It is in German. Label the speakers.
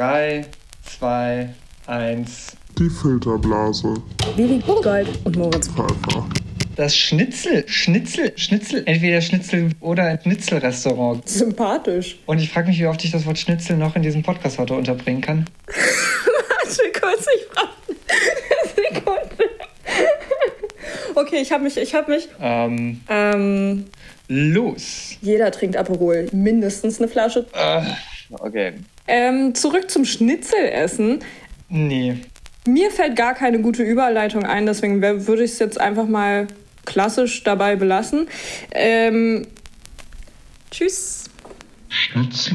Speaker 1: 3, 2, 1.
Speaker 2: Die Filterblase.
Speaker 3: Willi Gold und Moritz
Speaker 2: Pfeiffer.
Speaker 1: Das Schnitzel, Schnitzel, Schnitzel. Entweder Schnitzel oder ein Schnitzelrestaurant.
Speaker 3: sympathisch.
Speaker 1: Und ich frage mich, wie oft ich das Wort Schnitzel noch in diesem Podcast heute unterbringen kann.
Speaker 3: Warte kurz, ich brauche Sekunde. Okay, ich habe mich, ich habe mich.
Speaker 1: Ähm,
Speaker 3: Ähm,
Speaker 1: los.
Speaker 3: jeder trinkt Aperol, mindestens eine Flasche.
Speaker 1: Okay.
Speaker 3: Ähm, zurück zum Schnitzelessen.
Speaker 1: Nee.
Speaker 3: Mir fällt gar keine gute Überleitung ein, deswegen wär- würde ich es jetzt einfach mal klassisch dabei belassen. Ähm, tschüss.
Speaker 2: Schnitzen.